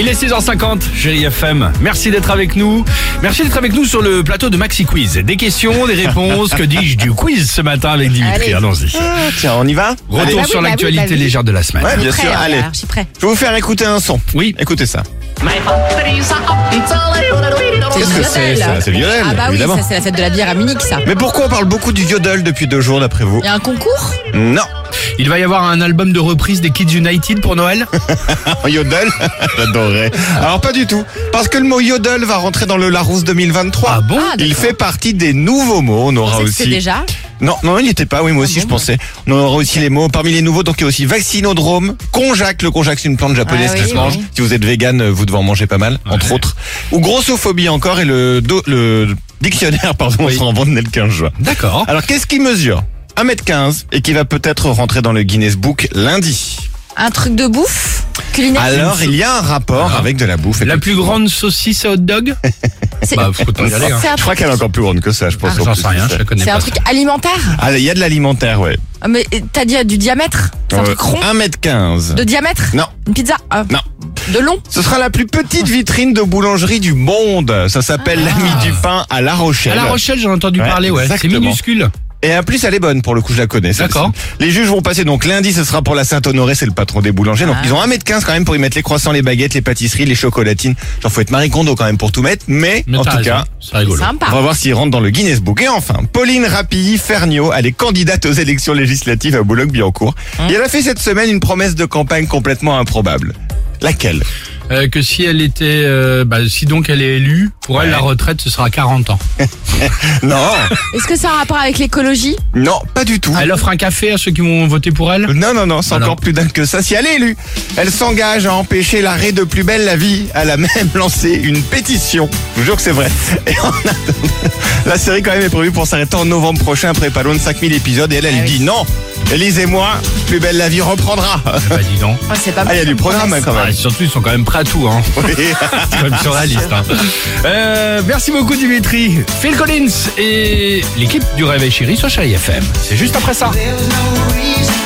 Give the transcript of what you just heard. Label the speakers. Speaker 1: Il est 6h50, chérie FM. Merci d'être avec nous. Merci d'être avec nous sur le plateau de Maxi Quiz. Des questions, des réponses. que dis-je du quiz ce matin avec Dimitri
Speaker 2: Allez.
Speaker 1: Allons-y.
Speaker 3: Ah, Tiens, on y va
Speaker 1: Retour
Speaker 2: bah oui,
Speaker 1: sur
Speaker 2: bah oui,
Speaker 1: l'actualité
Speaker 2: bah oui.
Speaker 1: légère de la semaine.
Speaker 3: Ouais, bien
Speaker 2: Prêt,
Speaker 3: sûr,
Speaker 2: voilà,
Speaker 3: allez.
Speaker 2: Je suis prêt.
Speaker 3: hein, Je vais vous faire écouter un son.
Speaker 1: Oui.
Speaker 3: Écoutez ça.
Speaker 2: Qu'est-ce
Speaker 3: que c'est, ça C'est Lionel,
Speaker 2: Ah bah oui,
Speaker 3: évidemment.
Speaker 2: ça c'est la fête de la bière à Munich ça.
Speaker 3: Mais pourquoi on parle beaucoup du yodel depuis deux jours, d'après vous
Speaker 2: Il y a un concours
Speaker 3: Non.
Speaker 1: Il va y avoir un album de reprise des Kids United pour Noël.
Speaker 3: Un yodel J'adorais. Alors, pas du tout. Parce que le mot yodel va rentrer dans le Larousse 2023.
Speaker 1: Ah bon
Speaker 2: Ah,
Speaker 3: Il fait partie des nouveaux mots. On aura
Speaker 2: C'est que
Speaker 3: aussi.
Speaker 2: c'est déjà.
Speaker 3: Non, non, il n'y était pas. Oui, moi aussi,
Speaker 2: Ah bon,
Speaker 3: je pensais. On aura aussi les mots parmi les nouveaux. Donc, il y a aussi vaccinodrome, konjac. Le konjac, c'est une plante japonaise
Speaker 2: Ah
Speaker 3: qui
Speaker 2: oui,
Speaker 3: se mange.
Speaker 2: oui.
Speaker 3: Si vous êtes vegan, euh, vous devez en manger pas mal, entre autres. Ou grossophobie encore et le, do- le dictionnaire, pardon, on
Speaker 1: Oui.
Speaker 3: sera en vente dès le 15 juin.
Speaker 1: D'accord.
Speaker 2: Ah,
Speaker 3: Alors, qu'est-ce qui mesure 1m15 et qui va peut-être rentrer dans le Guinness Book lundi.
Speaker 2: Un truc de bouffe culinaire.
Speaker 3: Alors, il y a un rapport
Speaker 1: Ah.
Speaker 3: avec de la bouffe.
Speaker 1: La plus
Speaker 3: effectivement.
Speaker 1: grande saucisse à hot dog
Speaker 2: C'est
Speaker 1: Bah, faut t'en y aller. Hein.
Speaker 2: c'est un
Speaker 3: Je crois
Speaker 2: truc-
Speaker 3: qu'elle est encore plus grande que ça, je pense. en
Speaker 1: Ah, J'en
Speaker 3: plus,
Speaker 1: sais rien,
Speaker 3: c'est
Speaker 1: je
Speaker 3: ça.
Speaker 1: la connais
Speaker 2: c'est
Speaker 1: pas.
Speaker 2: un truc alimentaire
Speaker 3: Allez, il y a de l'alimentaire, ouais.
Speaker 2: Ah, Mais euh, t'as dit euh, du diamètre C'est un
Speaker 3: Euh,
Speaker 2: truc rond
Speaker 3: 1m15.
Speaker 2: De diamètre
Speaker 3: Non.
Speaker 2: Une pizza Ah.
Speaker 3: Non.
Speaker 2: De long
Speaker 3: Ce sera la plus petite vitrine de boulangerie du monde. Ça s'appelle l'ami du pain à La Rochelle.
Speaker 1: Ah. À La Rochelle, j'en ai entendu
Speaker 3: Ouais,
Speaker 1: parler, ouais. C'est
Speaker 3: exactement.
Speaker 1: minuscule.
Speaker 3: Et en plus, elle est bonne pour le coup, je la connais. celle-ci.
Speaker 1: D'accord.
Speaker 3: Les juges vont passer donc lundi, ce sera pour la Saint-Honoré, c'est le patron des boulangers. Donc
Speaker 2: Ah.
Speaker 3: ils ont 1m15 quand même pour y mettre les croissants, les baguettes, les pâtisseries, les chocolatines. Genre faut être Marie Kondo quand même pour tout mettre. Mais,
Speaker 1: Mais
Speaker 3: en tout
Speaker 1: t'as raison,
Speaker 3: cas,
Speaker 1: c'est rigolo.
Speaker 2: Sympa.
Speaker 3: on va voir s'ils rentrent dans le Guinness Book. Et enfin, Pauline Rapilly-Ferniaud, elle est candidate aux élections législatives à Boulogne-Billancourt.
Speaker 1: Hein
Speaker 3: Et elle a fait cette semaine une promesse de campagne complètement improbable. Laquelle
Speaker 1: Euh, que si elle était, euh, bah, si donc elle est élue, pour elle
Speaker 3: Ouais.
Speaker 1: la retraite ce sera à 40 ans.
Speaker 3: Non,
Speaker 2: Est-ce que ça a un rapport avec l'écologie
Speaker 3: non, pas du tout.
Speaker 1: Elle offre un café à ceux qui vont voter pour elle.
Speaker 3: Non, non, non, c'est
Speaker 1: Alors.
Speaker 3: encore plus dingue que ça. Si elle est élue, elle s'engage à empêcher l'arrêt de plus belle la vie. Elle a même lancé une pétition. Je vous jure que c'est vrai. Et en attendant, la série quand même est prévue pour s'arrêter en novembre prochain après pas loin de 5000 épisodes. Et elle, elle
Speaker 2: Ah oui.
Speaker 3: dit non. Élise et moi, plus belle la vie reprendra.
Speaker 1: Bah dis donc.
Speaker 2: Ah, C'est pas
Speaker 3: Ah, il y a du programme hein, quand
Speaker 1: Ouais,
Speaker 3: même.
Speaker 1: surtout ils sont quand même prêts à tout, hein.
Speaker 3: Oui.
Speaker 1: C'est quand même surréaliste. Hein. Euh, merci beaucoup Dimitri, Phil Collins et l'équipe du Réveil Chéri sur Chéri FM. C'est juste après ça.
Speaker 4: There's no reason